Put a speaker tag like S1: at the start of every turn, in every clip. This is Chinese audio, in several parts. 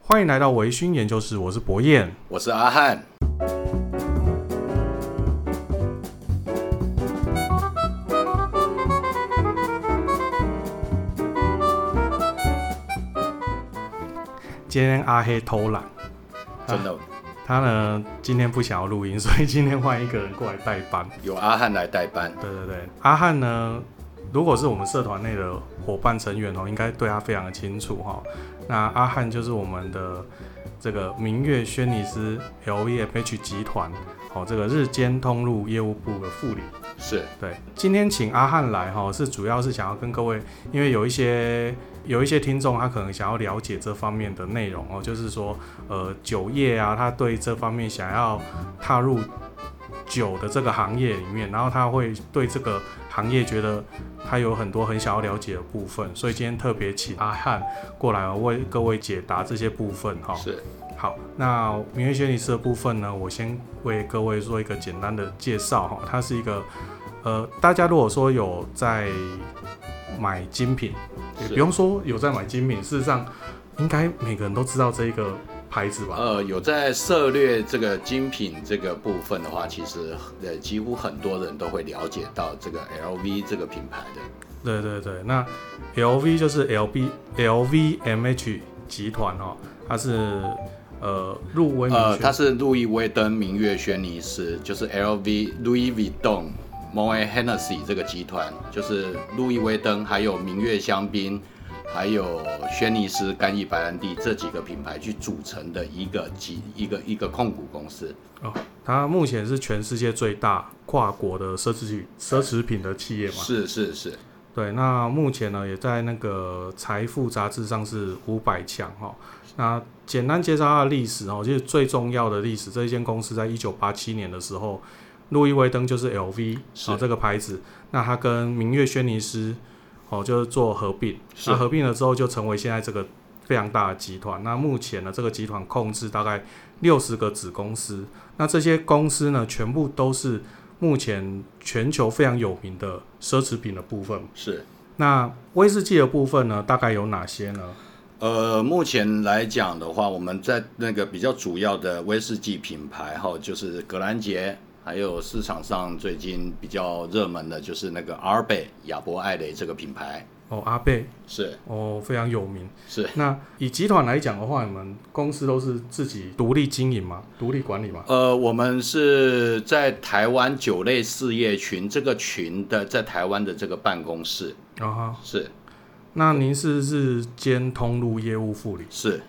S1: 欢迎来到微醺研究室，我是博彦。
S2: 我是阿汉。
S1: 今天阿黑偷懒，
S2: 真的
S1: 他呢今天不想要录音，所 以今天换一个人过来代班。
S2: 有阿汉来代班，
S1: 对对对，阿汉呢，如果是我们社团内的伙伴成员哦，应该对他非常的清楚哈、那阿汉就是我们的这个明月轩尼诗 LEFH 集团哦，这个日间通路业务部的副理。
S2: 是
S1: 对，今天请阿汉来哈，是主要是想要跟各位，因为有一些有一些听众他可能想要了解这方面的内容哦，就是说呃酒业啊，他对这方面想要踏入酒的这个行业里面，然后他会对这个行业觉得他有很多很想要了解的部分，所以今天特别请阿汉过来为各位解答这些部分哈。
S2: 是，
S1: 好，那明月轩尼诗的部分呢，我先为各位做一个简单的介绍哈。它是一个，呃，大家如果说有在买精品，也
S2: 是
S1: 不用说有在买精品，事实上应该每个人都知道这一个牌子吧？
S2: 呃，有在涉猎这个精品这个部分的话，其实呃几乎很多人都会了解到这个 LV 这个品牌的，
S1: 对对对，那 LV 就是 LB LVMH 集团哦，它是呃入威明
S2: 呃，
S1: 轩
S2: 它是路易威登明月轩尼诗，就是 LV Louis Vuitton。Moët Hennessy 这个集团就是路易威登，还有明月香槟，还有轩尼诗、干邑白兰地这几个品牌去组成的一个集一个一个控股公司。
S1: 哦，它目前是全世界最大跨国的奢侈品奢侈品的企业嘛？
S2: 是是是，
S1: 对，那目前呢也在那个财富杂志上是五百强哈。那简单介绍它的历史哦，就是最重要的历史。这一间公司在一九八七年的时候，路易威登就是 LV
S2: 是
S1: 哦这个牌子，那它跟明月轩尼诗哦就是做合并，
S2: 是
S1: 那合并了之后就成为现在这个非常大的集团。那目前呢，这个集团控制大概六十个子公司，那这些公司呢全部都是目前全球非常有名的奢侈品的部分。
S2: 是，
S1: 那威士忌的部分呢，大概有哪些呢？
S2: 呃，目前来讲的话，我们在那个比较主要的威士忌品牌哈，就是格兰杰，还有市场上最近比较热门的就是那个阿尔贝亚伯艾雷这个品牌，
S1: 哦，阿贝，
S2: 是
S1: 哦，非常有名。
S2: 是。
S1: 那以集团来讲的话，你们公司都是自己独立经营嘛，独立管理嘛？
S2: 呃，我们是在台湾酒类事业群这个群的，在台湾的这个办公室，
S1: 啊哈，
S2: 是
S1: 那您是日间通路业务副理，
S2: 是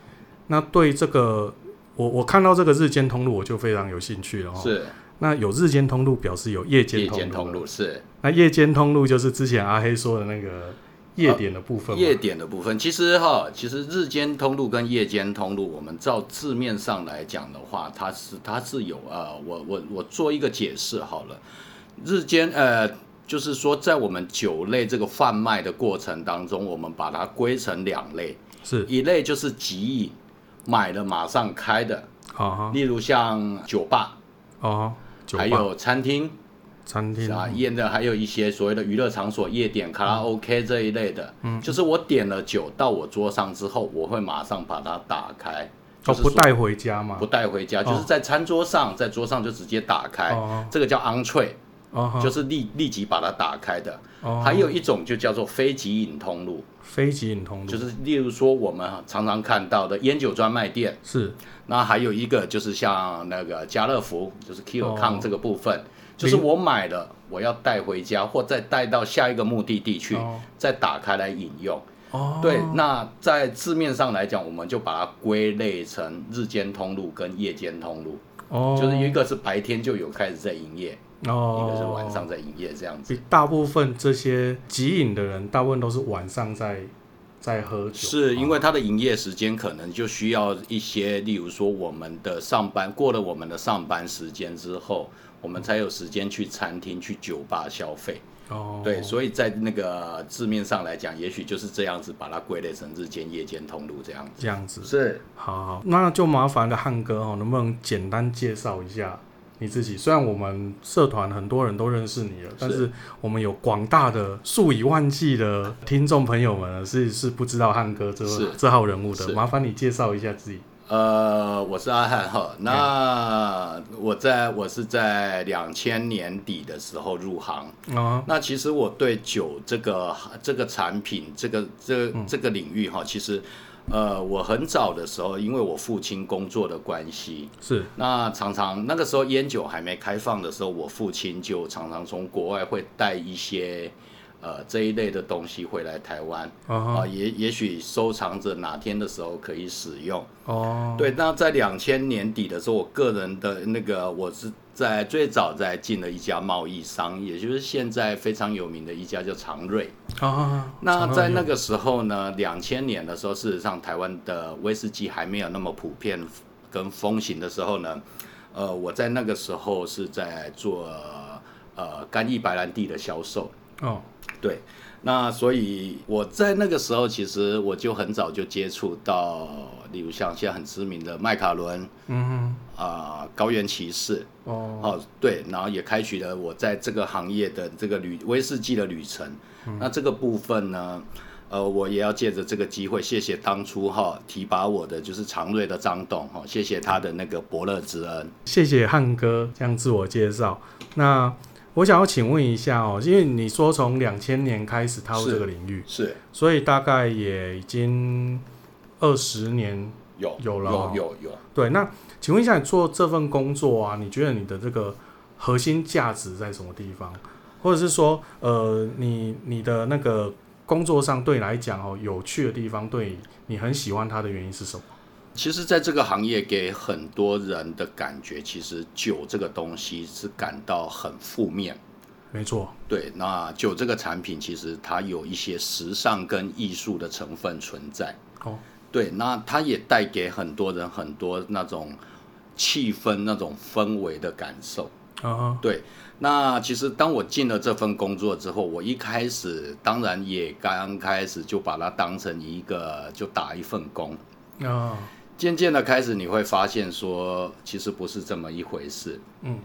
S1: 那对这个，我我看到这个日间通路，我就非常有兴趣了哦。
S2: 是
S1: 那有日间通路，表示有夜间
S2: 夜
S1: 通路。
S2: 间通路是。
S1: 那夜间通路就是之前阿黑说的那个夜点的部分嘛。
S2: 哦夜点的部分，其实哈，其实日间通路跟夜间通路，我们照字面上来讲的话，它是它是有呃，我我我做一个解释好了，日间呃。就是说，在我们酒类这个贩卖的过程当中，我们把它归成两类，
S1: 是，
S2: 一类就是即饮，买了马上开的，
S1: 好啊哈，
S2: 例如像酒吧，
S1: 哦，酒
S2: 还
S1: 吧、
S2: 有餐厅
S1: 餐厅哦
S2: 啊，宴的，还有一些所谓的娱乐场所、夜店、卡拉 OK 这一类的，
S1: 嗯
S2: 就是我点了酒到我桌上之后，我会马上把它打开，
S1: 哦，
S2: 就是
S1: 不
S2: 说
S1: 带回家嘛？
S2: 不带回家，就是在餐桌上，在桌上就直接打开，
S1: 哦
S2: 这个叫 entree，
S1: 哦，哦
S2: 就是立立即把它打开的。
S1: 哦
S2: 还有一种就叫做非即饮通路，
S1: 非极影通路，
S2: 就是例如说我们常常看到的烟酒专卖店，
S1: 是
S2: 那还有一个就是像那个家乐福，就是 Kilo
S1: 哦
S2: Con 这个部分，就是我买了，我要带回家或再带到下一个目的地去，
S1: 哦
S2: 再打开来饮用。
S1: 哦，
S2: 对，那在字面上来讲，我们就把它归类成日间通路跟夜间通路，
S1: 哦，
S2: 就是一个是白天就有开始在营业，
S1: 哦，
S2: 一个是晚上。在营业这样子。
S1: 比大部分这些极饮的人，大部分都是晚上在在喝酒，啊
S2: 是因
S1: 为
S2: 为它的营业时间可能就需要一些，例如说我们的上班过了我们的上班时间之后，我们才有时间去餐厅、去酒吧消费。
S1: 哦，
S2: 对，所以在那个字面上来讲，也许就是这样子把它归类成日间、夜间通路这样子。
S1: 这样子。
S2: 是，
S1: 好好，那就麻烦了汉哥哦，能不能简单介绍一下你自己。虽然我们社团很多人都认识你了，但是我们有广大的数以万计的听众朋友们呢啊是是不知道汉哥这
S2: 是
S1: 这号人物的。
S2: 是
S1: 麻烦你介绍一下自己。
S2: 呃，我是阿汉哈，
S1: 嗯
S2: 那我在我是在两千年底的时候入行。
S1: 啊，
S2: 那其实我对酒这个这个产品这个这这个领域哈，其实呃，我很早的时候，因为我父亲工作的关系，
S1: 是
S2: 那常常那个时候烟酒还没开放的时候，我父亲就常常从国外会带一些呃这一类的东西回来台湾啊、
S1: 啊，
S2: 也也许收藏着哪天的时候可以使用。
S1: 哦，
S2: 对，那在两千年底的时候，我个人的那个我是在最早在进了一家贸易商，也就是现在非常有名的一家叫长瑞。
S1: 啊，
S2: 那
S1: 常
S2: 在
S1: 常
S2: 那
S1: 有
S2: 个时候呢，两千年的时候，事实上台湾的威士忌还没有那么普遍跟风行的时候呢，呃，我在那个时候是在做呃干邑白兰地的销售。
S1: 哦，
S2: 对，那所以我在那个时候，其实我就很早就接触到，例如像现在很知名的麦卡伦
S1: 嗯
S2: 啊、高原骑士，
S1: 哼，哦，
S2: 哦，对，然后也开启了我在这个行业的这个旅威士忌的旅程。那这个部分呢，呃，我也要借着这个机会，谢谢当初哈、提拔我的就是长瑞的张董哈、谢谢他的那个伯乐之恩。
S1: 谢谢汉哥这样自我介绍。那我想要请问一下哦，因为你说从两千年开始踏入
S2: 是
S1: 这个领域，
S2: 是
S1: 所以大概也已经二十年。
S2: 有
S1: 有了哦
S2: 有有有，
S1: 对，那请问一下，你做这份工作啊，你觉得你的这个核心价值在什么地方？或者是说，呃，你你的那个工作上对你来讲哦，有趣的地方，对你很喜欢它的原因是什么？
S2: 其实，在这个行业给很多人的感觉，其实酒这个东西是感到很负面。
S1: 没错，
S2: 对，那酒这个产品其实它有一些时尚跟艺术的成分存在。
S1: 哦，
S2: 对，那它也带给很多人很多那种气氛、那种氛围的感受。
S1: 啊哈，
S2: 对，那其实当我进了这份工作之后，我一开始当然也刚开始就把它当成一个就打一份工。
S1: 啊，
S2: 渐渐的开始，你会发现说，其实不是这么一回事。
S1: 嗯，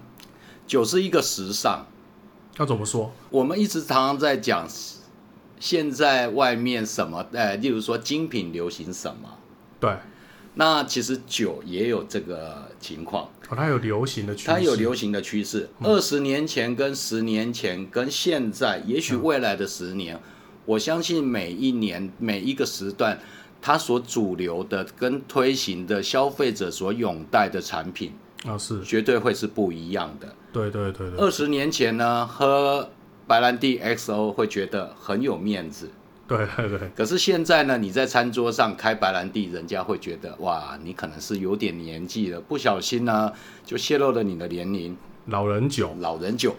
S2: 酒是一个时尚，
S1: 要怎么说？
S2: 我们一直常常在讲，现在外面什么，呃，例如说精品流行什么，
S1: 对，哦
S2: 那其实酒也有这个情况，
S1: 哦，它有流行的趋势，嗯
S2: 它有流行的趋势。二十年前跟十年前跟现在，也许未来的十年，我相信每一年每一个时段，它所主流的跟推行的消费者所拥戴的产品，
S1: 啊，是
S2: 绝对会是不一样的。
S1: 对对对对
S2: 二十年前呢，喝白兰地 XO 会觉得很有面子，
S1: 对对对，
S2: 可是现在呢，你在餐桌上开白兰地，人家会觉得哇，你可能是有点年纪了，不小心呢就泄露了你的年龄，
S1: 老人酒
S2: 老人 酒。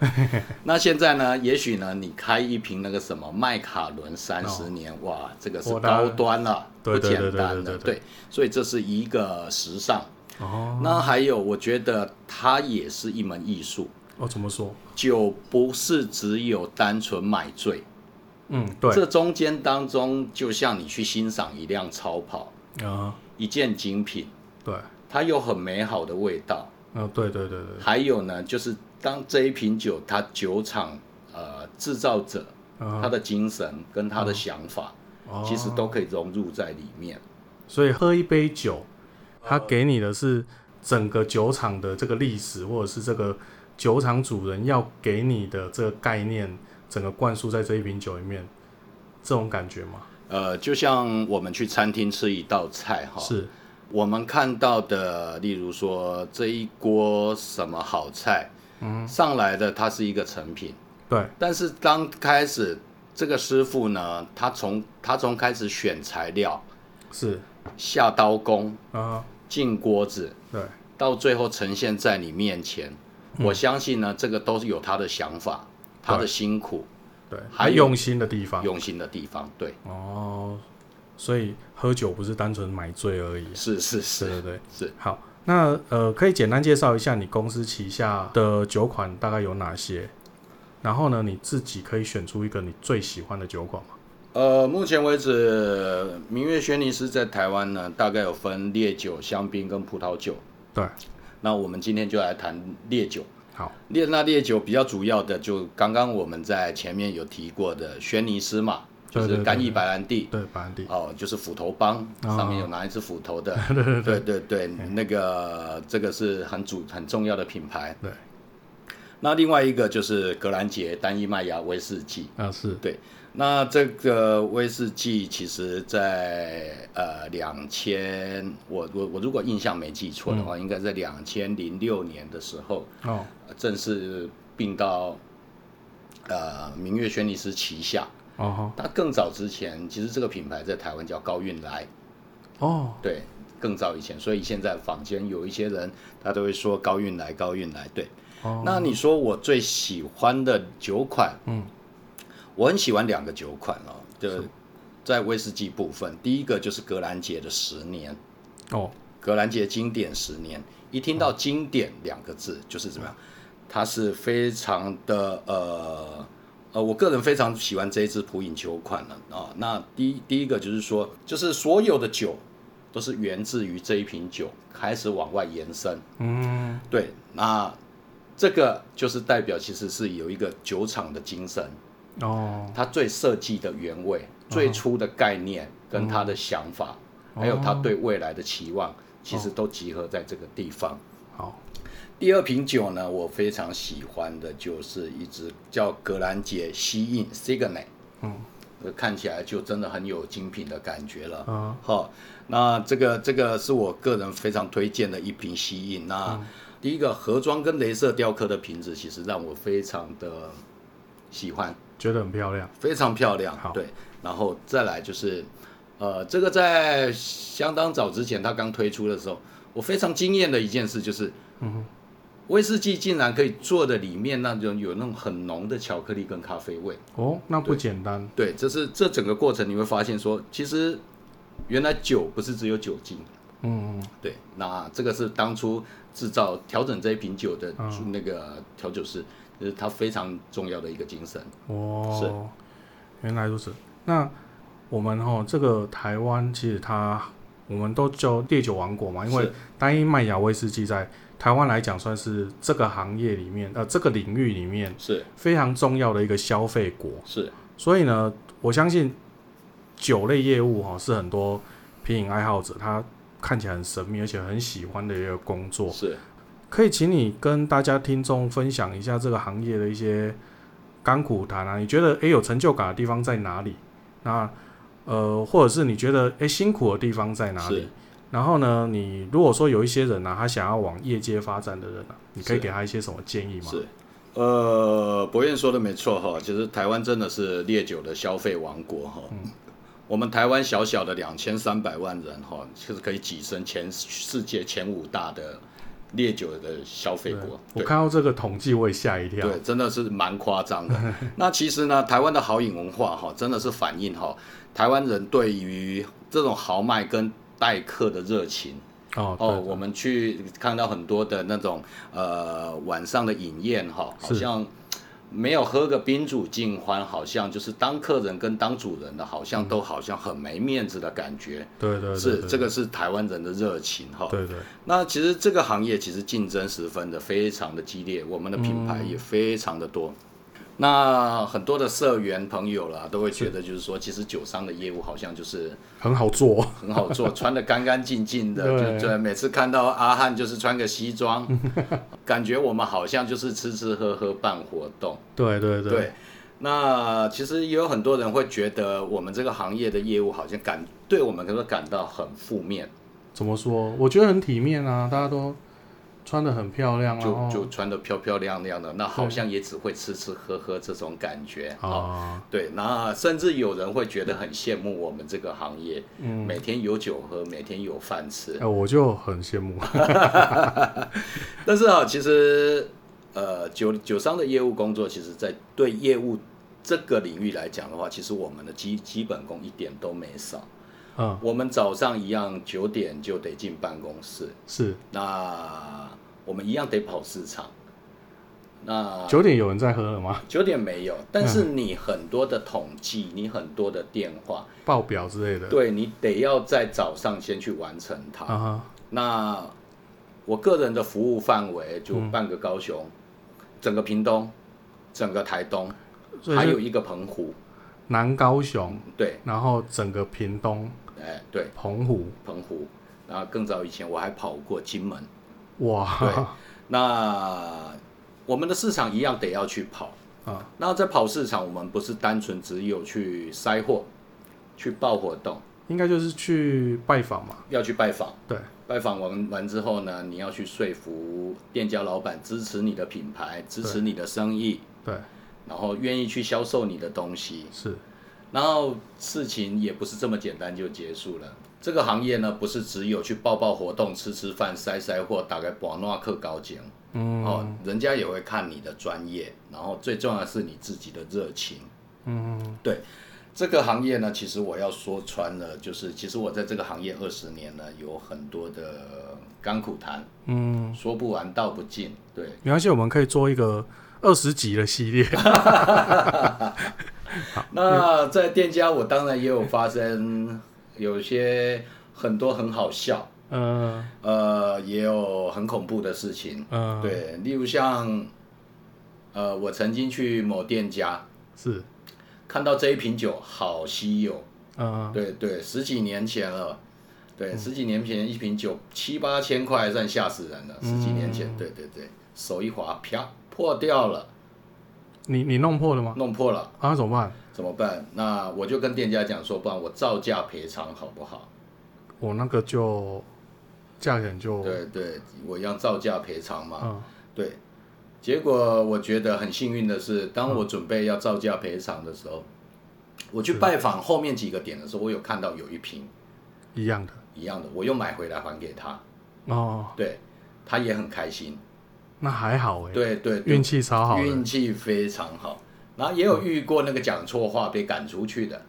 S2: 那现在呢，也许呢，你开一瓶那个什么麦卡伦三十年，哇，这个是
S1: 我当
S2: 高端了，
S1: 对
S2: 不
S1: 对
S2: 简
S1: 对对
S2: 单
S1: 对对
S2: 的，
S1: 对
S2: 对，所以这是一个时尚。
S1: 哦
S2: 那还有，我觉得它也是一门艺术。
S1: 哦，怎么说？
S2: 酒不是只有单纯买醉，
S1: 嗯，对
S2: 这中间当中，就像你去欣赏一辆超跑、
S1: 啊，
S2: 一件精品，
S1: 对，
S2: 它有很美好的味道。
S1: 嗯，对对对对，
S2: 还有呢，就是当这一瓶酒，它酒厂呃制造者他
S1: 啊，
S2: 的精神跟他的想法，
S1: 哦
S2: 其实都可以融入在里面。
S1: 所以喝一杯酒，它给你的是整个酒厂的这个历史，或者是这个酒厂主人要给你的这个概念，整个灌输在这一瓶酒里面，这种感觉吗？
S2: 呃，就像我们去餐厅吃一道菜哈，
S1: 是，
S2: 我们看到的，例如说这一锅什么好菜，嗯，上来的它是一个成品。
S1: 对，
S2: 但是刚开始这个师傅呢，他从他从开始选材料、
S1: 是
S2: 下刀工、
S1: 啊，
S2: 进锅子，
S1: 对，
S2: 到最后呈现在你面前，
S1: 嗯
S2: 我相信呢，这个都是有他的想法、他的辛苦、
S1: 对，
S2: 还
S1: 还
S2: 有
S1: 用心的地方
S2: 用心的地方。对，
S1: 哦，所以喝酒不是单纯买醉而已，
S2: 是是
S1: 对
S2: 是
S1: 对对。
S2: 是。
S1: 好，那呃，可以简单介绍一下你公司旗下的酒款大概有哪些？然后呢，你自己可以选出一个你最喜欢的酒款吗？
S2: 呃，目前为止，明月轩尼诗在台湾呢，大概有分烈酒、香槟跟葡萄酒。
S1: 对，
S2: 那我们今天就来谈烈酒。
S1: 好，
S2: 列那烈酒比较主要的，就刚刚我们在前面有提过的轩尼诗嘛，就
S1: 对对
S2: 是
S1: 对
S2: 干邑
S1: 对
S2: 白兰地，
S1: 对，白兰地，
S2: 哦，就是斧头帮
S1: 哦
S2: 上面有拿一只斧头的， 对对对那个这个是很主很重要的品牌。
S1: 对，
S2: 那另外一个就是格兰杰单一麦芽威士忌，
S1: 啊是，
S2: 对，那这个威士忌其实在呃两千，我我我如果印象没记错的话，应该在两千零六年的时候，
S1: 哦，
S2: 正式并到呃明月轩尼诗旗下。
S1: 哦
S2: 那更早之前，其实这个品牌在台湾叫高韵来，
S1: 吼，哦，
S2: 对，更早以前，所以现在坊间有一些人他都会说高韵来，高韵来，对。
S1: 哦
S2: 那你说我最喜欢的酒款，
S1: 嗯，
S2: 我很喜欢两个酒款哦，就在威士忌部分，第一个就是格兰杰的十年，
S1: 哦，
S2: 格兰杰经典十年，一听到“经典”两个字，就是怎么样？它是非常的呃呃，我个人非常喜欢这一支普饮酒款了啊、那第一第一个就是说，就是所有的酒都是源自于这一瓶酒开始往外延伸。
S1: 嗯，
S2: 对，那这个就是代表其实是有一个酒厂的精神，
S1: 哦，
S2: 它最设计的原味、最初的概念跟他的想法，还有他对未来的期望，其实都集合在这个地方。
S1: 好，
S2: 第二瓶酒呢，我非常喜欢的就是一支叫格兰杰西印 Signet，
S1: 嗯，
S2: 呃看起来就真的很有精品的感觉了。
S1: 啊，
S2: 好、那这个这个是我个人非常推荐的一瓶西印。那、第一个盒装跟镭射雕刻的瓶子，其实让我非常的喜欢。
S1: 觉得很漂亮，
S2: 非常漂亮
S1: 好，
S2: 对，然后再来就是，呃，这个在相当早之前，它刚推出的时候，我非常惊艳的一件事就是，
S1: 嗯哼，
S2: 威士忌竟然可以做的里面那种有那种很浓的巧克力跟咖啡味，
S1: 哦，那不简单，
S2: 对，这是这整个过程你会发现说，其实原来酒不是只有酒精，
S1: 嗯嗯，
S2: 对，那这个是当初制造调整这一瓶酒的
S1: 嗯
S2: 那个调酒师，就是他非常重要的一个精神。
S1: 哦，原来如此。那我们哈、这个台湾其实它我们都叫烈酒王国嘛，因为
S2: 是
S1: 单一麦芽威士忌在台湾来讲算是这个行业里面呃这个领域里面
S2: 是
S1: 非常重要的一个消费国，
S2: 是，
S1: 所以呢，我相信酒类业务哈、是很多品饮爱好者他看起来很神秘而且很喜欢的一个工作。
S2: 是
S1: 可以请你跟大家听众分享一下这个行业的一些甘苦谈啊？你觉得诶有成就感的地方在哪里？那呃，或者是你觉得诶辛苦的地方在哪
S2: 是
S1: 里？。然后呢，你如果说有一些人啊，他想要往业界发展的人啊，你可以
S2: 是
S1: 给他一些什么建议吗？
S2: 是，呃，博彦说的没错哈，其实台湾真的是烈酒的消费王国哈。
S1: 嗯
S2: 我们台湾小小的两千三百万人哈，其实可以跻身全世界前五大的烈酒的消费
S1: 对
S2: 国。
S1: 我看到这个统计我也吓一跳。
S2: 对，真的是蛮夸张的。 那其实呢，台湾的好饮文化哈、真的是反映哈、台湾人对于这种豪迈跟待客的热情。
S1: 哦
S2: 哦，
S1: 对，
S2: 我们去看到很多的那种呃晚上的饮宴哈，好
S1: 是
S2: 像没有喝个宾主尽欢，好像就是当客人跟当主人的，好像都好像很没面子的感觉。
S1: 对嗯对对
S2: 是
S1: 对
S2: 这个是台湾人的热情哈。
S1: 对对
S2: 那其实这个行业其实竞争十分的非常的激烈，我们的品
S1: 嗯
S2: 牌也非常的多。那很多的社员朋友啦，都会觉得就是说，其实酒商的业务好像就是
S1: 很好做，
S2: 很好做，穿的干干净净的，
S1: 对
S2: 就就每次看到阿汉就是穿个西 装，感觉我们好像就是吃吃喝喝办活动。
S1: 对对对
S2: 对，那其实也有很多人会觉得我们这个行业的业务好像感对我们可能感到很负面，
S1: 怎么说？我觉得很体面啊，大家都穿的很漂亮啊，
S2: 就
S1: 哦
S2: 就穿的漂漂亮亮的，那好像也只会吃吃喝喝这种感觉。
S1: 啊，
S2: 对，那甚至有人会觉得很羡慕我们这个行业，
S1: 嗯，
S2: 每天有酒喝，每天有饭吃。
S1: 哎，我就很羡 慕。
S2: 但是啊，其实呃，酒酒商的业务工作，其实在对业务这个领域来讲的话，其实我们的基基本功一点都没少。
S1: 嗯，
S2: 我们早上一样九点就得进办公室，
S1: 是
S2: 那我们一样得跑市场。那
S1: 九点有人在喝了 吗？
S2: 九点没有，但是你很多的统计，你很多的电话，
S1: 报表之类的。
S2: 啊对你得要在早上先去完成它。
S1: 啊哈，
S2: 那我个人的服务范围就
S1: 嗯
S2: 半个高雄，整个屏东，整个台东，
S1: 所以
S2: 还
S1: 是
S2: 有一个澎湖。
S1: 南高雄，
S2: 对，
S1: 然后整个屏东、
S2: 哎，对，
S1: 澎湖，
S2: 澎湖。然后更早以前我还跑过金门。对
S1: 哇，
S2: 那我们的市场一样得要去跑。
S1: 啊，
S2: 那在跑市场，我们不是单纯只有去筛货、去报活动，
S1: 应该就是去拜访嘛，
S2: 要去拜访。
S1: 对，
S2: 拜访完完之后呢，你要去说服店家老板支持你的品牌，支持你的生意，
S1: 对，
S2: 然后愿意去销售你的东西。
S1: 是，
S2: 然后事情也不是这么简单就结束了。这个行业呢，不是只有去报报活动、吃吃饭、塞塞货、打个博诺克高景哦
S1: 嗯，，
S2: 人家也会看你的专业，然后最重要的是你自己的热情。
S1: 嗯，
S2: 这个行业呢，其实我要说穿了，就是其实我在这个行业二十年呢，有很多的甘苦谈，
S1: 嗯，
S2: 说不完道不尽。对，
S1: 没关系，我们可以做一个二十集的系 列，
S2: 那在店家我当然也有发生有些很多很好笑，
S1: 呃
S2: 呃，也有很恐怖的事情。
S1: 呃，，
S2: 对，例如像，呃，我曾经去某店家
S1: 是，
S2: 看到这一瓶酒好稀有，
S1: 呃，
S2: 对对，十几年前了，对，十几年前一瓶酒七八千块算吓死人了，十几年前，对对对，手一滑，啪破掉了，
S1: 你你弄破了吗？
S2: 弄破了。
S1: 啊，那怎么办？
S2: 怎么办？那我就跟店家讲说，不然我照价赔偿好不好？
S1: 我那个就价钱就，
S2: 对对，我要照价赔偿嘛。
S1: 嗯，
S2: 对，结果我觉得很幸运的是，当我准备要照价赔偿的时候，我去拜访后面几个点的时候，我有看到有一瓶
S1: 一样的，
S2: 一样的，我又买回来还给他，
S1: 哦，
S2: 对，他也很开心，
S1: 那还好哎，
S2: 对对对
S1: 运气超好的
S2: 运，气非常好。然后也有遇过那个讲错话被赶出去的，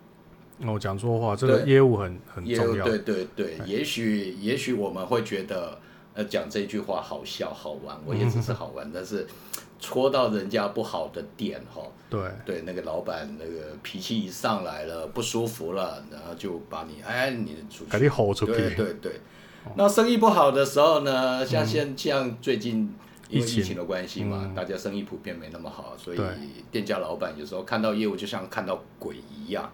S1: 我哦讲错话，这个
S2: 对
S1: 业务很很
S2: 也
S1: 重
S2: 有
S1: 要，哎
S2: 对对对，也许也许我们会觉得，呃，讲这句话好笑好玩，我也只是好 玩，但是戳到人家不好的点哈，
S1: 对，
S2: 对，那个老板那个脾气一上来了，不舒服了，然后就把你哎，你出
S1: 给
S2: 去。
S1: 你吼出
S2: 对
S1: 去，哦嗯
S2: 对对。那生意不好的时候呢，像现像最近因
S1: 疫
S2: 为
S1: 情
S2: 疫情的关系嘛，
S1: 嗯
S2: 大家生意普遍没那么好，所以
S1: 对
S2: 店家老板有时候看到业务就像看到鬼一样。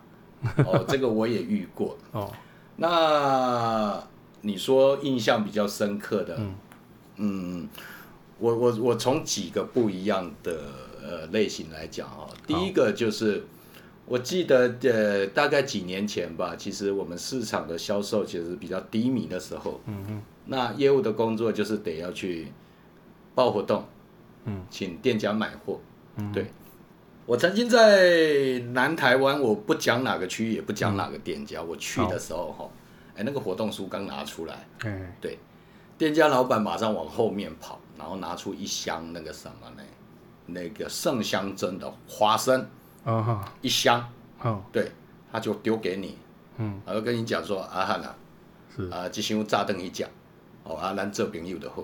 S2: 哦，这个我也遇过。
S1: 哦，
S2: 那你说印象比较深刻的，嗯，我我我从几个不一样的呃类型来讲哦，第一个就是我记得呃大概几年前吧，其实我们市场的销售其实比较低迷的时候，嗯嗯，那业务的工作就是得要去报活动，
S1: 嗯，
S2: 请店家买货，嗯，对。我曾经在南台湾，我不讲哪个区域，也不讲哪个店家。我去的时候，哈，哎，那个活动书刚拿出来，
S1: 哎，
S2: 对，店家老板马上往后面跑，然后拿出一箱那个什么呢？那个圣香珍的花生
S1: 啊哈，
S2: 一箱，
S1: 哦，
S2: 对，他就丢给你，
S1: 嗯，
S2: 然后跟你讲说，啊汉啊，
S1: 是
S2: 啊，这箱炸灯一讲，哦，啊，咱做朋友的好，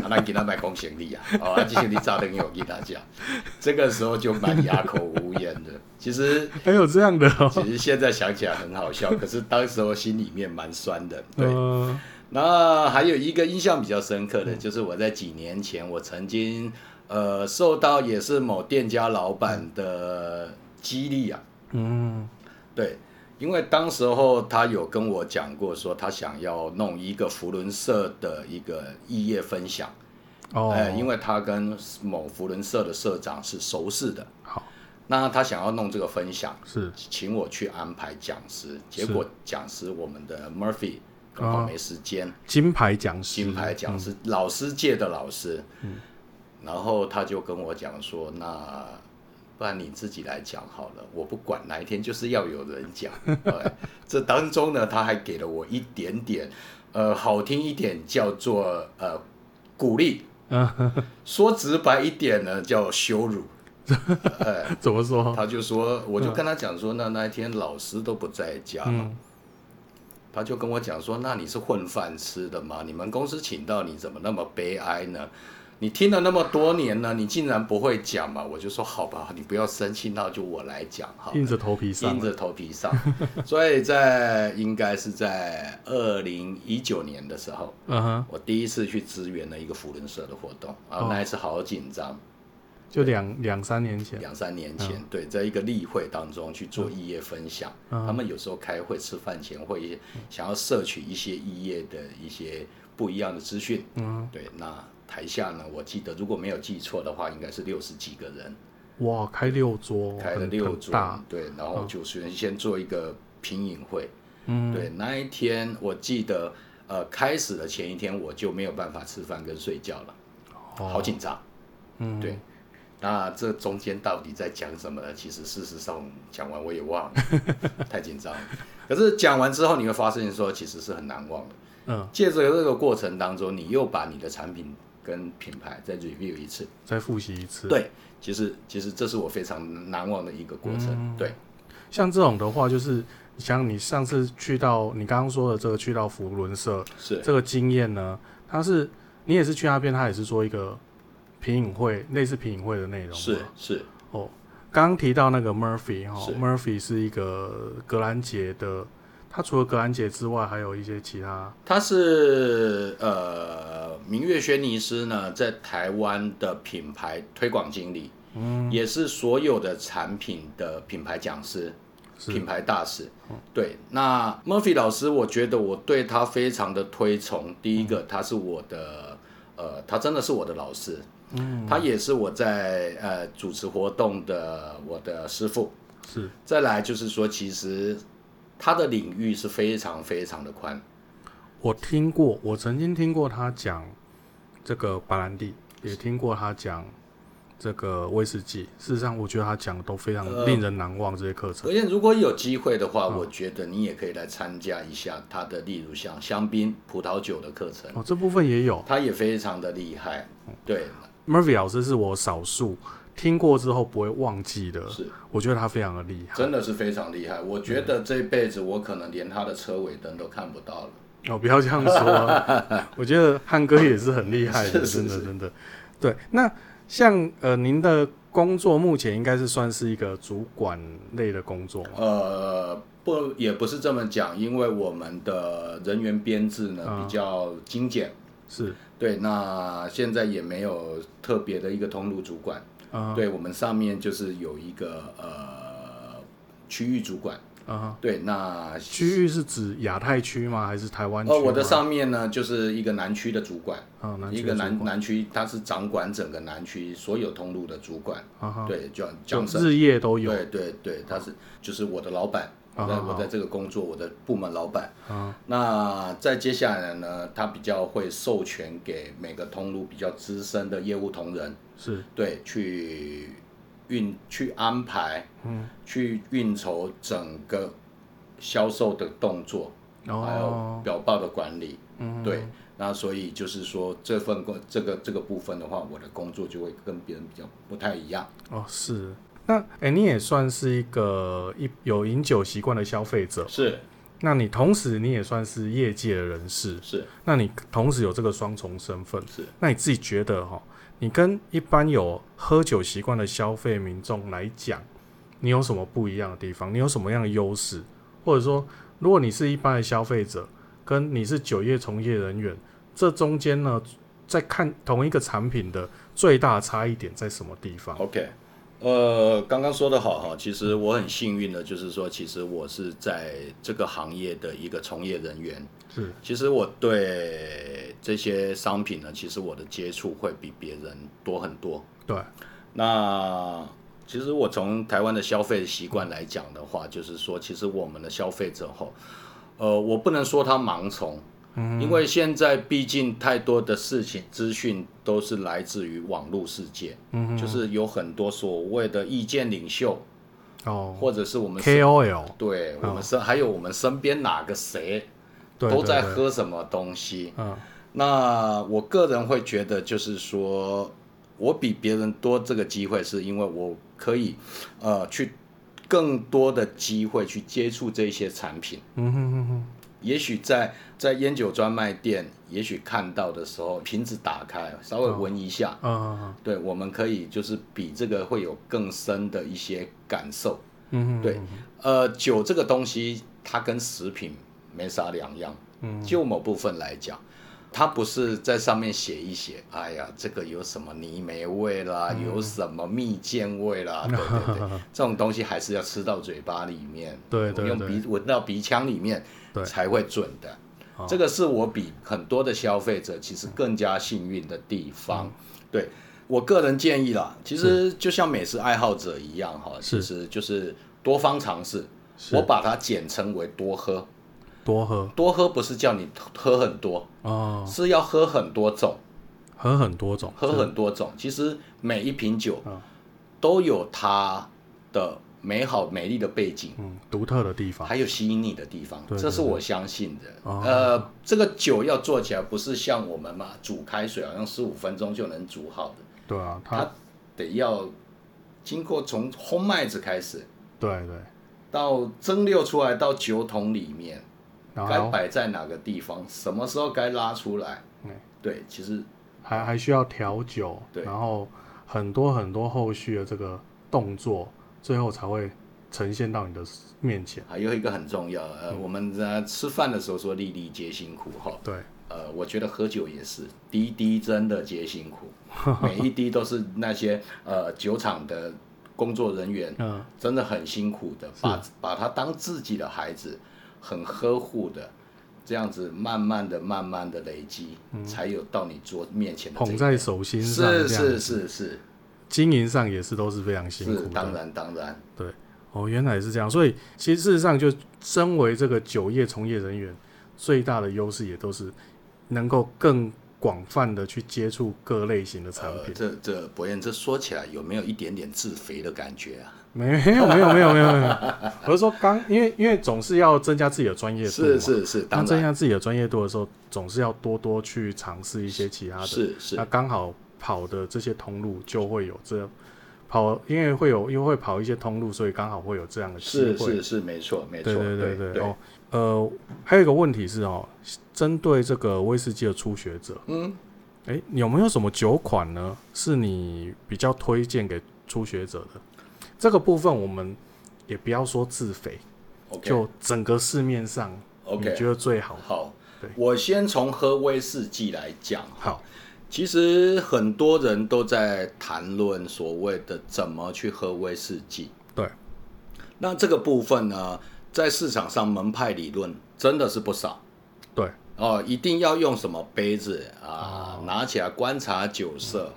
S2: 啊，咱给他买公行李啊， 哦，啊，这行李炸灯有给大家，这个时候就蛮哑口无言的。其实
S1: 还有这样的哦，
S2: 其实现在想起来很好笑，可是当时我心里面蛮酸的。 对，
S1: 呃，
S2: 那还有一个印象比较深刻的，就是我在几年前，我曾经呃受到也是某店家老板的激励啊，
S1: 嗯，
S2: 对，因为当时候他有跟我讲过，说他想要弄一个福伦社的一个异业分享，
S1: 哦，
S2: 哎，因为他跟某福伦社的社长是熟识的，
S1: 好，
S2: 那他想要弄这个分享，
S1: 是，
S2: 请我去安排讲师，结
S1: 是哦
S2: 果讲师我们的 Murphy 刚好没时间。
S1: 金牌讲师，
S2: 金牌讲师，老师界的老师。然后他就跟我讲说：“那不然你自己来讲好了，我不管哪一天，就是要有人讲。 哎”这当中呢，他还给了我一点点，呃，好听一点叫做呃鼓励，
S1: 嗯，
S2: 说直白一点呢叫羞辱。
S1: 怎么说？
S2: 他就说，我就跟他讲说，那那一天老师都不在家嘛，
S1: 嗯
S2: 他就跟我讲说，那你是混饭吃的吗？你们公司请到你，怎么那么悲哀呢？你听了那么多年了，你竟然不会讲嘛？我就说好吧，你不要生气，那就我来讲哈。
S1: 硬着头皮上
S2: 硬着头皮上， 所以在应该是在二零一九年的时候，
S1: 嗯哼，
S2: 我第一次去支援了一个福伦社的活动啊
S1: 哦，
S2: 那一次好紧张，
S1: 就两两三年前，
S2: 两三年前，对，在一个例会当中去做异业分享，
S1: 嗯
S2: 他们有时候开会吃饭前会想要摄取一些异业的一些不一样的资讯，
S1: 嗯，
S2: 对，那台下呢，我记得如果没有记错的话，应该是六十几个人。
S1: 哇，开六桌，
S2: 开了
S1: 很
S2: 六
S1: 很
S2: 桌
S1: 大，，
S2: 对，然后就是先做一个品饮会，
S1: 嗯，
S2: 对，那一天我记得，呃，开始的前一天我就没有办法吃饭跟睡觉了，
S1: 哦
S2: 好紧张，
S1: 嗯，
S2: 对。那这中间到底在讲什么呢？其实事实上讲完我 也忘了，太紧张了。可是讲完之后，你会发现说其实是很难忘的。
S1: 嗯，
S2: 借着这个过程当中，你又把你的产品跟品牌再 review 一次，
S1: 再复习一次，
S2: 对，其实其实这是我非常难忘的一个过程，
S1: 嗯
S2: 对。
S1: 像这种的话，就是像你上次去到你刚刚说的这个去到福伦社
S2: 是
S1: 这个经验呢，它是你也是去那边，它也是做一个品饮会，类似品饮会的内容吗，
S2: 是是，
S1: 哦。刚刚提到那个 Murphy 哈、
S2: 是
S1: m u r p h y 是一个格兰杰的，他除了格兰杰之外，还有一些其他
S2: 他是呃明月轩尼诗呢，在台湾的品牌推广经理，嗯，也是所有的产品的品牌讲师、
S1: 是
S2: 品牌大使。对，那 Murphy 老师，我觉得我对他非常的推崇。第一个，他是我的呃，他真的是我的老师，嗯，他也是我在呃主持活动的我的师傅。
S1: 是
S2: 再来就是说，其实他的领域是非常非常的宽。
S1: 我听过，我曾经听过他讲这个白兰地，也听过他讲这个威士忌。事实上，我觉得他讲的都非常
S2: 呃
S1: 令人难忘这些课程。
S2: 而且如果有机会的话，我觉得你也可以来参加一下他的，例如像香槟、葡萄酒的课程，
S1: 哦，这部分也有。
S2: 他也非常的厉害。对，
S1: Murphy 老师是我少数听过之后不会忘记的，
S2: 是
S1: 我觉得他非常的厉害。
S2: 真的是非常厉害。我觉得这辈子我可能连他的车尾灯都看不到了。
S1: 哦，不要这样说啊、 我觉得汉哥也是很厉害的，
S2: 是是
S1: 真的真的。对，那像呃，您的工作目前应该是算是一个主管类的工作嘛？
S2: 呃，不，也不是这么讲，因为我们的人员编制呢
S1: 嗯
S2: 比较精简。
S1: 是，
S2: 对，那现在也没有特别的一个通路主管，
S1: 啊、
S2: 对我们上面就是有一个呃区域主管，
S1: 啊、
S2: 对，那
S1: 区域是指亚太区吗？还是台湾区吗？
S2: 哦，我的上面呢就是一个南区的主管，
S1: 啊，南区
S2: 一
S1: 的
S2: 个
S1: 主
S2: 南
S1: 管
S2: 南区，他是掌管整个南区所有通路的主管，
S1: 啊哈，
S2: 对，叫
S1: 就
S2: 江生，
S1: 日夜都有
S2: 对对对，他是就是我的老板，
S1: 啊
S2: 我在
S1: 啊
S2: 我在这个工作，我的部门老板。
S1: 啊，
S2: 那再接下来呢，他比较会授权给每个通路比较资深的业务同仁，
S1: 是
S2: 对，去运去安排，
S1: 嗯，
S2: 去运筹整个销售的动作，还有
S1: 哦，
S2: 表报的管理，
S1: 嗯，
S2: 对。那所以就是说，这份工这个这个部分的话，我的工作就会跟别人比较不太一样。
S1: 哦是。那哎、诶你也算是一个一有饮酒习惯的消费者，
S2: 是
S1: 那你同时你也算是业界的人士，
S2: 是
S1: 那你同时有这个双重身份，
S2: 是，
S1: 那你自己觉得哈，你跟一般有喝酒习惯的消费民众来讲，你有什么不一样的地方？你有什么样的优势？或者说，如果你是一般的消费者，跟你是酒业从业人员，这中间呢，在看同一个产品的最大差异点在什么地方？
S2: OK，呃，刚刚说的好哈，其实我很幸运的，就是说，其实我是在这个行业的一个从业人员。
S1: 是
S2: 其实我对这些商品呢，其实我的接触会比别人多很多。
S1: 对，
S2: 那其实我从台湾的消费习惯来讲的话，就是说，其实我们的消费者吼，呃，我不能说他盲从，
S1: 嗯
S2: 因为现在毕竟太多的事情资讯都是来自于网络世界，
S1: 嗯
S2: 就是有很多所谓的意见领袖，
S1: 哦
S2: 或者是我们身
S1: ，KOL
S2: 对
S1: 哦
S2: 我们身、还有我们身边哪个谁
S1: 对
S2: 都在，
S1: 对对
S2: 喝什么东西。
S1: 嗯
S2: 那我个人会觉得，就是说我比别人多这个机会，是因为我可以呃去更多的机会去接触这些产品。
S1: 嗯哼哼哼，
S2: 也许在在烟酒专卖店，也许看到的时候，瓶子打开，稍微闻一下，
S1: 嗯
S2: 对，我们可以就是比这个会有更深的一些感受。
S1: 嗯，
S2: 对，呃，酒这个东西，它跟食品没啥两样。
S1: 嗯，
S2: 就某部分来讲，它不是在上面写一写，哎呀，这个有什么泥煤味啦，
S1: 嗯
S2: 有什么蜜饯味 啦，对对对，这种东西还是要吃到嘴巴里面，
S1: 对对
S2: 用
S1: 对
S2: 鼻闻到鼻腔里面
S1: 对哦
S2: 才会准的
S1: 好。
S2: 这个是我比很多的消费者其实更加幸运的地方。
S1: 嗯
S2: 对我个人建议啦，其实就像美食爱好者一样哈，
S1: 是
S2: 其实就是多方尝试。
S1: 是
S2: 我把它简称为多喝，
S1: 多喝
S2: 多喝不是叫你喝很多，
S1: 哦，
S2: 是要喝很多种，
S1: 喝很多种，
S2: 喝很多种。其实每一瓶酒
S1: 嗯
S2: 都有它的美好、美丽的背景，
S1: 嗯，独特的地方
S2: 还有吸引你的地方
S1: 对，对
S2: 这是我相信的。
S1: 哦
S2: 呃，这个酒要做起来，不是像我们嘛煮开水，好像十五分钟就能煮好的，
S1: 对啊，它
S2: 它得要经过从烘麦子开始，
S1: 对对，
S2: 到蒸馏出来，到酒桶里面，
S1: 然
S2: 该
S1: 后
S2: 摆在哪个地方，什么时候该拉出来
S1: 嗯。
S2: 对，其实
S1: 还还需要调酒，
S2: 对
S1: 然后很多很多后续的这个动作，最后才会呈现到你的面前。
S2: 还有一个很重要，呃，
S1: 嗯
S2: 我们呃吃饭的时候说粒粒皆辛苦哈，
S1: 对，
S2: 呃，我觉得喝酒也是滴滴真的皆 辛苦，每一滴都是那些呃酒厂的工作人员
S1: 嗯，
S2: 真的很辛苦的，把把他当自己的孩子，很呵护的，这样子慢慢的、慢慢的累积，才有到你桌面前的这
S1: 嗯捧
S2: 一
S1: 在手心上，
S2: 是
S1: 这样
S2: 是是是
S1: 经营上也是都是非常辛苦
S2: 是，
S1: 的。
S2: 当然当然，
S1: 哦，原来是这样，所以其实事实上，就身为这个酒业从业人员，最大的优势也都是能够更广泛的去接触各类型的产
S2: 呃，
S1: 品。
S2: 这这博彦这说起来有没有一点点自肥的感觉啊？
S1: 没 有没有没有没有没有，我是说刚，因为因为总是要增加自己的专业度嘛
S2: 是是是，
S1: 那
S2: 当
S1: 增
S2: 然
S1: 加自己的专业度的时候，总是要多多去尝试一些其他的。
S2: 是是
S1: 那刚好跑的这些通路就会有这跑，因为会有因为会跑一些通路，所以刚好会有这样的机会。
S2: 是是是，没错没错，
S1: 对对对
S2: 对
S1: 对哦，呃，还有一个问题是哦，针对这个威士忌的初学者，
S2: 嗯，
S1: 哎，你有没有什么酒款呢？是你比较推荐给初学者的？这个部分我们也不要说自肥，
S2: ，OK
S1: 就整个市面上你
S2: OK，
S1: 觉得最好？
S2: 好
S1: 对，
S2: 我先从喝威士忌来讲哈。
S1: 好，
S2: 其实很多人都在谈论所谓的怎么去喝威士忌，
S1: 对，
S2: 那这个部分呢，在市场上门派理论真的是不少。
S1: 对，
S2: 哦，一定要用什么杯子
S1: 哦
S2: 啊？拿起来观察酒色，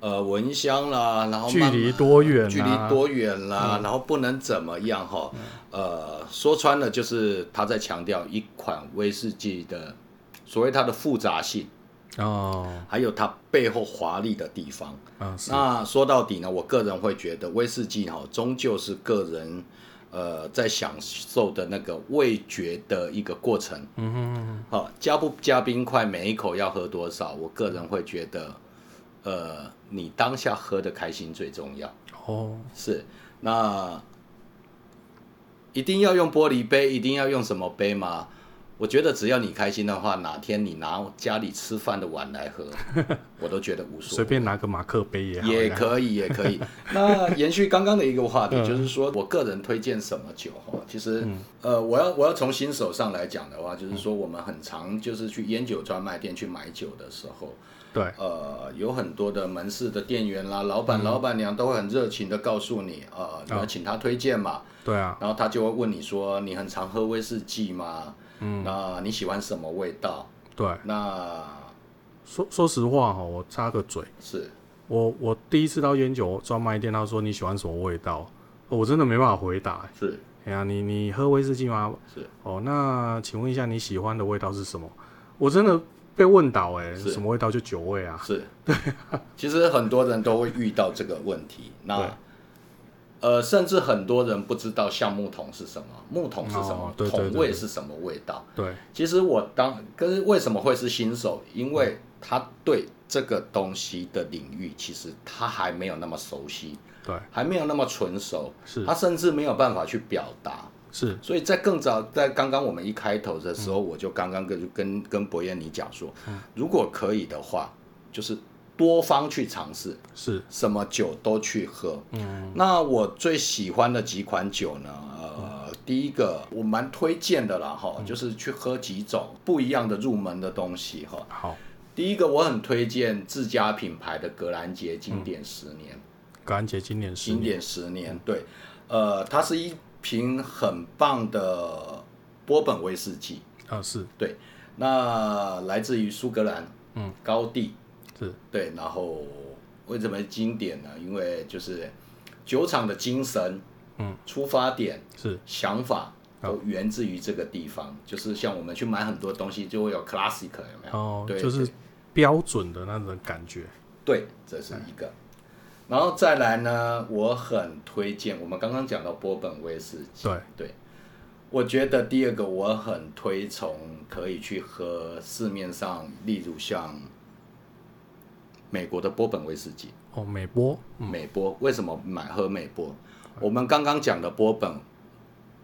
S2: 呃，闻香啦，然后
S1: 嗯距
S2: 慢
S1: 离
S2: 慢
S1: 多远啊嗯
S2: 距离多远啦，然后不能怎么样哈。呃，说穿了就是他在强调一款威士忌的所谓它的复杂性，
S1: 哦，
S2: 还有它背后华丽的地方。
S1: 嗯，是，
S2: 那说到底呢，我个人会觉得威士忌哈，终究是个人呃在享受的那个味觉的一个过程。
S1: 嗯哼嗯哼，
S2: 好、加不加冰块，每一口要喝多少？我个人会觉得，呃，你当下喝的开心最重要。
S1: 哦，
S2: 是，那一定要用玻璃杯，一定要用什么杯吗？我觉得只要你开心的话，哪天你拿家里吃饭的碗来 喝，我都觉得无所谓
S1: 随。便拿个马克杯也好，
S2: 也
S1: 啦
S2: 可以，也可以。那延续刚刚的一个话
S1: 嗯
S2: 题，就是说我个人推荐什么酒哈，其实、呃，我要我要从新手上来讲的话，就是说我们很常就是去烟酒专卖店去买酒的时候，
S1: 对，
S2: 呃，有很多的门市的店员啦、老
S1: 嗯
S2: 板、老板娘都会很热情的告诉你，呃，
S1: 哦
S2: 你要请他推荐嘛，
S1: 对啊，
S2: 然后他就会问你说，你很常喝威士忌吗？嗯，那你喜欢什么味道？
S1: 对，
S2: 那
S1: 说说实话哈、我插个嘴。
S2: 是
S1: 我我第一次到烟酒专卖店，他说你喜欢什么味道，哦我真的没办法回答。
S2: 是
S1: 哎呀，你你喝威士忌吗？
S2: 是。
S1: 哦，那请问一下你喜欢的味道是什么？我真的被问倒哎、
S2: 是
S1: 什么味道就酒味啊？
S2: 是，其实很多人都会遇到这个问题。
S1: 对
S2: 那呃，甚至很多人不知道橡木桶是什么，木桶是什么
S1: 哦，对对对
S2: 桶味是什么味道。
S1: 对，
S2: 其实我当可是为什么会是新手？因为他对这个东西的领域，其实他还没有那么熟悉，
S1: 对，
S2: 还没有那么纯熟，
S1: 是
S2: 他甚至没有办法去表达。
S1: 是
S2: 所以在更早，在刚刚我们一开头的时候，我就刚刚跟跟跟博彦你讲说，如果可以的话，就是多方去尝试，
S1: 是，
S2: 什么酒都去喝。嗯，那我最喜欢的几款酒呢？呃，第一个我蛮推荐的啦，哈，就是去喝几种不一样的入门的东西，哈。
S1: 好，
S2: 第一个我很推荐自家品牌的格兰杰经典十年，
S1: 感恩节今年十
S2: 经
S1: 年，
S2: 典十年，对，呃，它是一瓶很棒的波本威士忌，
S1: 啊是
S2: 对，那来自于苏格兰，
S1: 嗯，
S2: 高地，
S1: 是，
S2: 对，然后为什么经典呢？因为就是酒厂的精神，
S1: 嗯，哦
S2: 出发点、
S1: 是
S2: 想法
S1: 好
S2: 都源自于这个地方，就是像我们去买很多东西就会有 classic 有没有？
S1: 哦，
S2: 对，
S1: 就是标准的那种感觉，
S2: 对，这是一个。然后再来呢，我很推荐我们刚刚讲到波本威士忌，
S1: 对，
S2: 对，我觉得第二个我很推崇，可以去喝市面上，例如像美国的波本威士忌，
S1: 哦，美波，嗯，
S2: 美波为什么买喝美波？我们刚刚讲的波本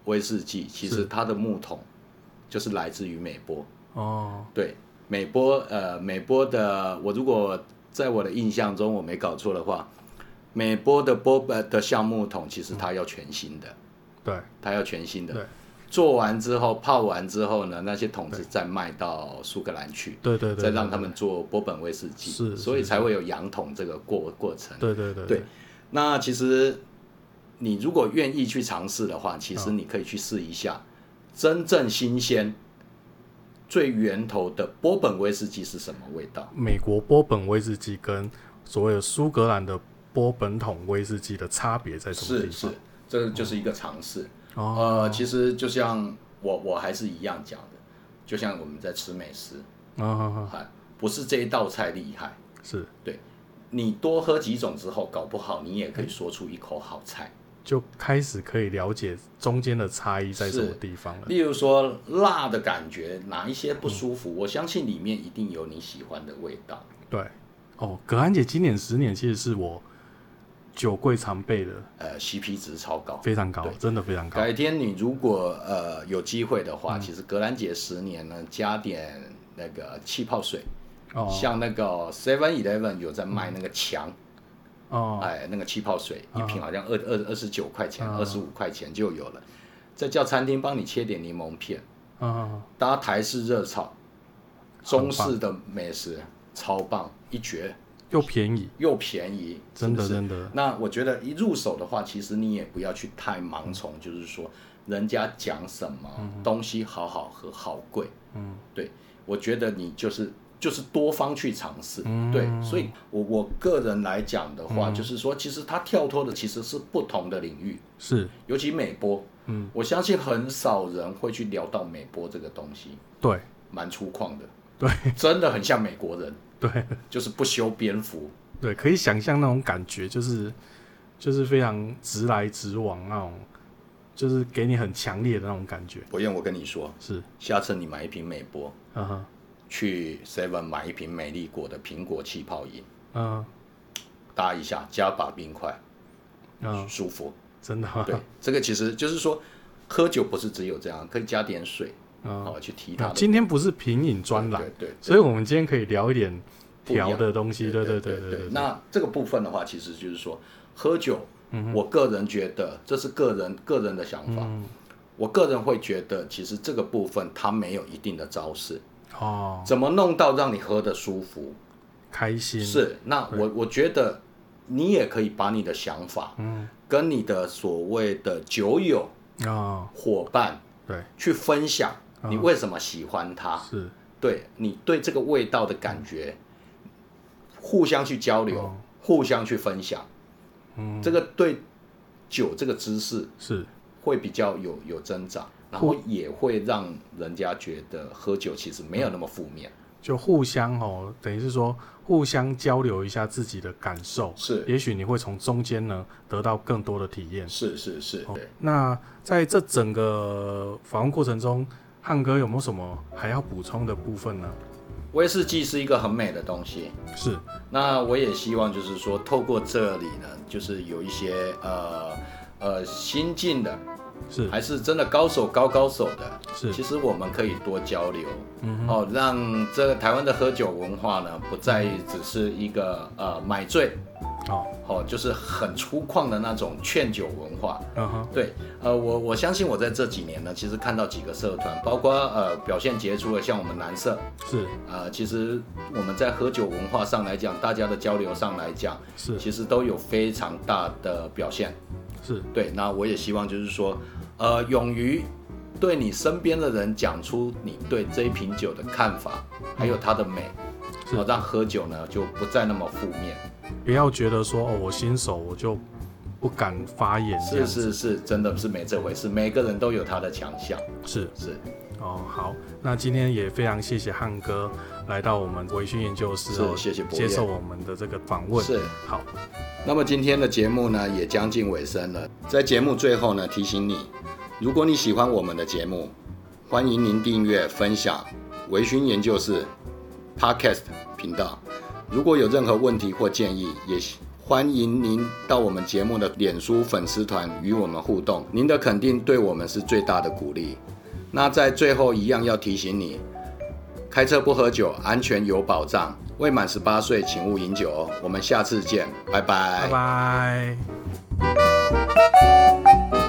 S2: 威士忌，其实
S1: 是
S2: 它的木桶就是来自于美波，
S1: 哦，
S2: 对，美波呃，美波的，我如果在我的印象中我没搞错的话，美波的波呃的橡木桶其实它要全新的，
S1: 对，
S2: 它要全新的
S1: 对。
S2: 做完之后泡完之后呢，那些桶子再卖到苏格兰去，
S1: 对对对，
S2: 再让他
S1: 对
S2: 们做波本威士忌，
S1: 是
S2: 所以
S1: 是
S2: 才会有养桶这个过过程。
S1: 对对对
S2: 对，那其实你如果愿意去尝试的话，其
S1: 嗯
S2: 实你可以去试一下，真正新鲜、最源头的波本威士忌是什么味道？
S1: 美国波本威士忌跟所谓的苏格兰的波本桶威士忌的差别在什么地
S2: 是
S1: 方？
S2: 是，这就是一个尝试。
S1: 哦，
S2: 呃，其实就像我我还是一样讲的，就像我们在吃美食，
S1: 啊哈哈，
S2: 啊，不是这一道菜厉害，
S1: 是，
S2: 你多喝几种之后，搞不好你也可以说出一口好菜。
S1: 就开始可以了解中间的差异在什么
S2: 是
S1: 地方了。
S2: 例如说辣的感觉，哪一些不舒服，我相信里面一定有你喜欢的味道。
S1: 对，哦，葛安姐今年十年其实是我酒柜常备的，
S2: 呃，CP 值超高。
S1: 非常高，真的非常高。
S2: 改天你如果呃有机会的
S1: 嗯
S2: 话，其实格兰姐十年呢，加点那个气泡水，
S1: 哦
S2: 像那个 Seven Eleven 有在卖那个强，
S1: 哦，嗯
S2: 哎，那个气泡水一瓶好像二二二十九块钱，
S1: 啊
S2: 二十五块钱就有了。再叫餐厅帮你切点柠檬片，
S1: 啊，
S2: 搭台式热炒，
S1: 很棒
S2: 中式的美食超棒，一绝，
S1: 又便宜，
S2: 又便宜，
S1: 真的
S2: 是不是
S1: 真的
S2: 那我觉得一入手的话，其实你也不要去太盲从，就是说人家讲什么、
S1: 嗯
S2: 东西好好喝、好贵，嗯，对，我觉得你就是就是多方去尝试，
S1: 嗯
S2: 对，所以我我个人来讲的话，就是说其实它跳脱的其实是不同的领域，
S1: 是
S2: 尤其美波，嗯，我相信很少人会去聊到美波这个东西，
S1: 对
S2: 蛮粗犷的，
S1: 对，
S2: 真的很像美国人，
S1: 对
S2: 就是不修边幅，
S1: 对，可以想象那种感觉，就是就是非常直来直往那种，就是给你很强烈的那种感觉。
S2: 博彦，我跟你说，
S1: 是，
S2: 下次你买一瓶美波，
S1: 啊哈，
S2: 去 Seven 买一瓶美丽果的苹果气泡饮，
S1: 嗯
S2: 搭一下，加把冰块，
S1: 嗯，
S2: 舒服。
S1: 真的吗，
S2: 对，这个其实就是说，喝酒不是只有这样，可以加点水，
S1: 嗯，
S2: 哦，去提它 的
S1: 今天不是品饮专栏，
S2: 对对
S1: 所以我们今天可以聊一点
S2: 不一样
S1: 调的东西。对对
S2: 对
S1: 对对，
S2: 那这个部分的话，其实就是说，喝酒，
S1: 嗯
S2: 我个人觉得这是个人个人的想法。
S1: 嗯
S2: 我个人会觉得，其实这个部分它没有一定的招式，
S1: 哦，
S2: 怎么弄到让你喝得舒服，
S1: 开心
S2: 是，那我我觉得你也可以把你的想法，嗯，跟你的所谓的酒友
S1: 哦，
S2: 伙伴
S1: 对，
S2: 去分享，你为什么喜欢它，
S1: 是
S2: 对你对这个味道的感觉，互相去交流，互相去分享，嗯，这个对酒这个知识
S1: 是
S2: 会比较有有增长，然后也会让人家觉得喝酒其实没有那么负面，
S1: 就互相哦，等于是说互相交流一下自己的感受，
S2: 是
S1: 也许你会从中间呢得到更多的体验。
S2: 是是是，对。
S1: 那在这整个访问过程中，汉哥有没有什么还要补充的部分呢？
S2: 威士忌是一个很美的东西，
S1: 是
S2: 那我也希望就是说，透过这里呢，就是有一些呃呃新进的
S1: 是
S2: 还是真的高手高高手的，其
S1: 是，
S2: 实我们可以多交流，
S1: 嗯哼，
S2: 哦，让这个台湾的喝酒文化呢，不再只是一个呃买醉，
S1: 哦，
S2: 哦，就是很粗犷的那种劝酒文化。
S1: 嗯哼，
S2: 对，呃，我我相信我在这几年呢，其实看到几个社团，包括呃表现杰出的，像我们蓝社，
S1: 是
S2: 啊、其实我们在喝酒文化上来讲，大家的交流上来讲，
S1: 是
S2: 其实都有非常大的表现。
S1: 是，
S2: 对，那我也希望就是说，呃，勇于对你身边的人讲出你对这一瓶酒的看法，还有它的美，
S1: 是
S2: 好让喝酒呢就不再那么负面。
S1: 不要觉得说哦，我新手我就不敢发言这
S2: 是
S1: 样子，
S2: 是是，真的是没这回事，每个人都有他的强项。
S1: 是
S2: 是，
S1: 哦，好，那今天也非常谢谢汉哥来到我们微醺研究室哦，
S2: 是谢谢博
S1: 接受
S2: 彦
S1: 我们的这个访问。
S2: 是。
S1: 好，
S2: 那么今天的节目呢，也将近尾声了。在节目最后呢，提醒你，如果你喜欢我们的节目，欢迎您订阅、分享微醺研究室 Podcast 频道。如果有任何问题或建议，也欢迎您到我们节目的脸书粉丝团与我们互动。您的肯定对我们是最大的鼓励。那在最后一样要提醒你，开车不喝酒，安全有保障。未满十八岁，请勿饮酒哎哦。我们下次见，拜拜
S1: 拜拜。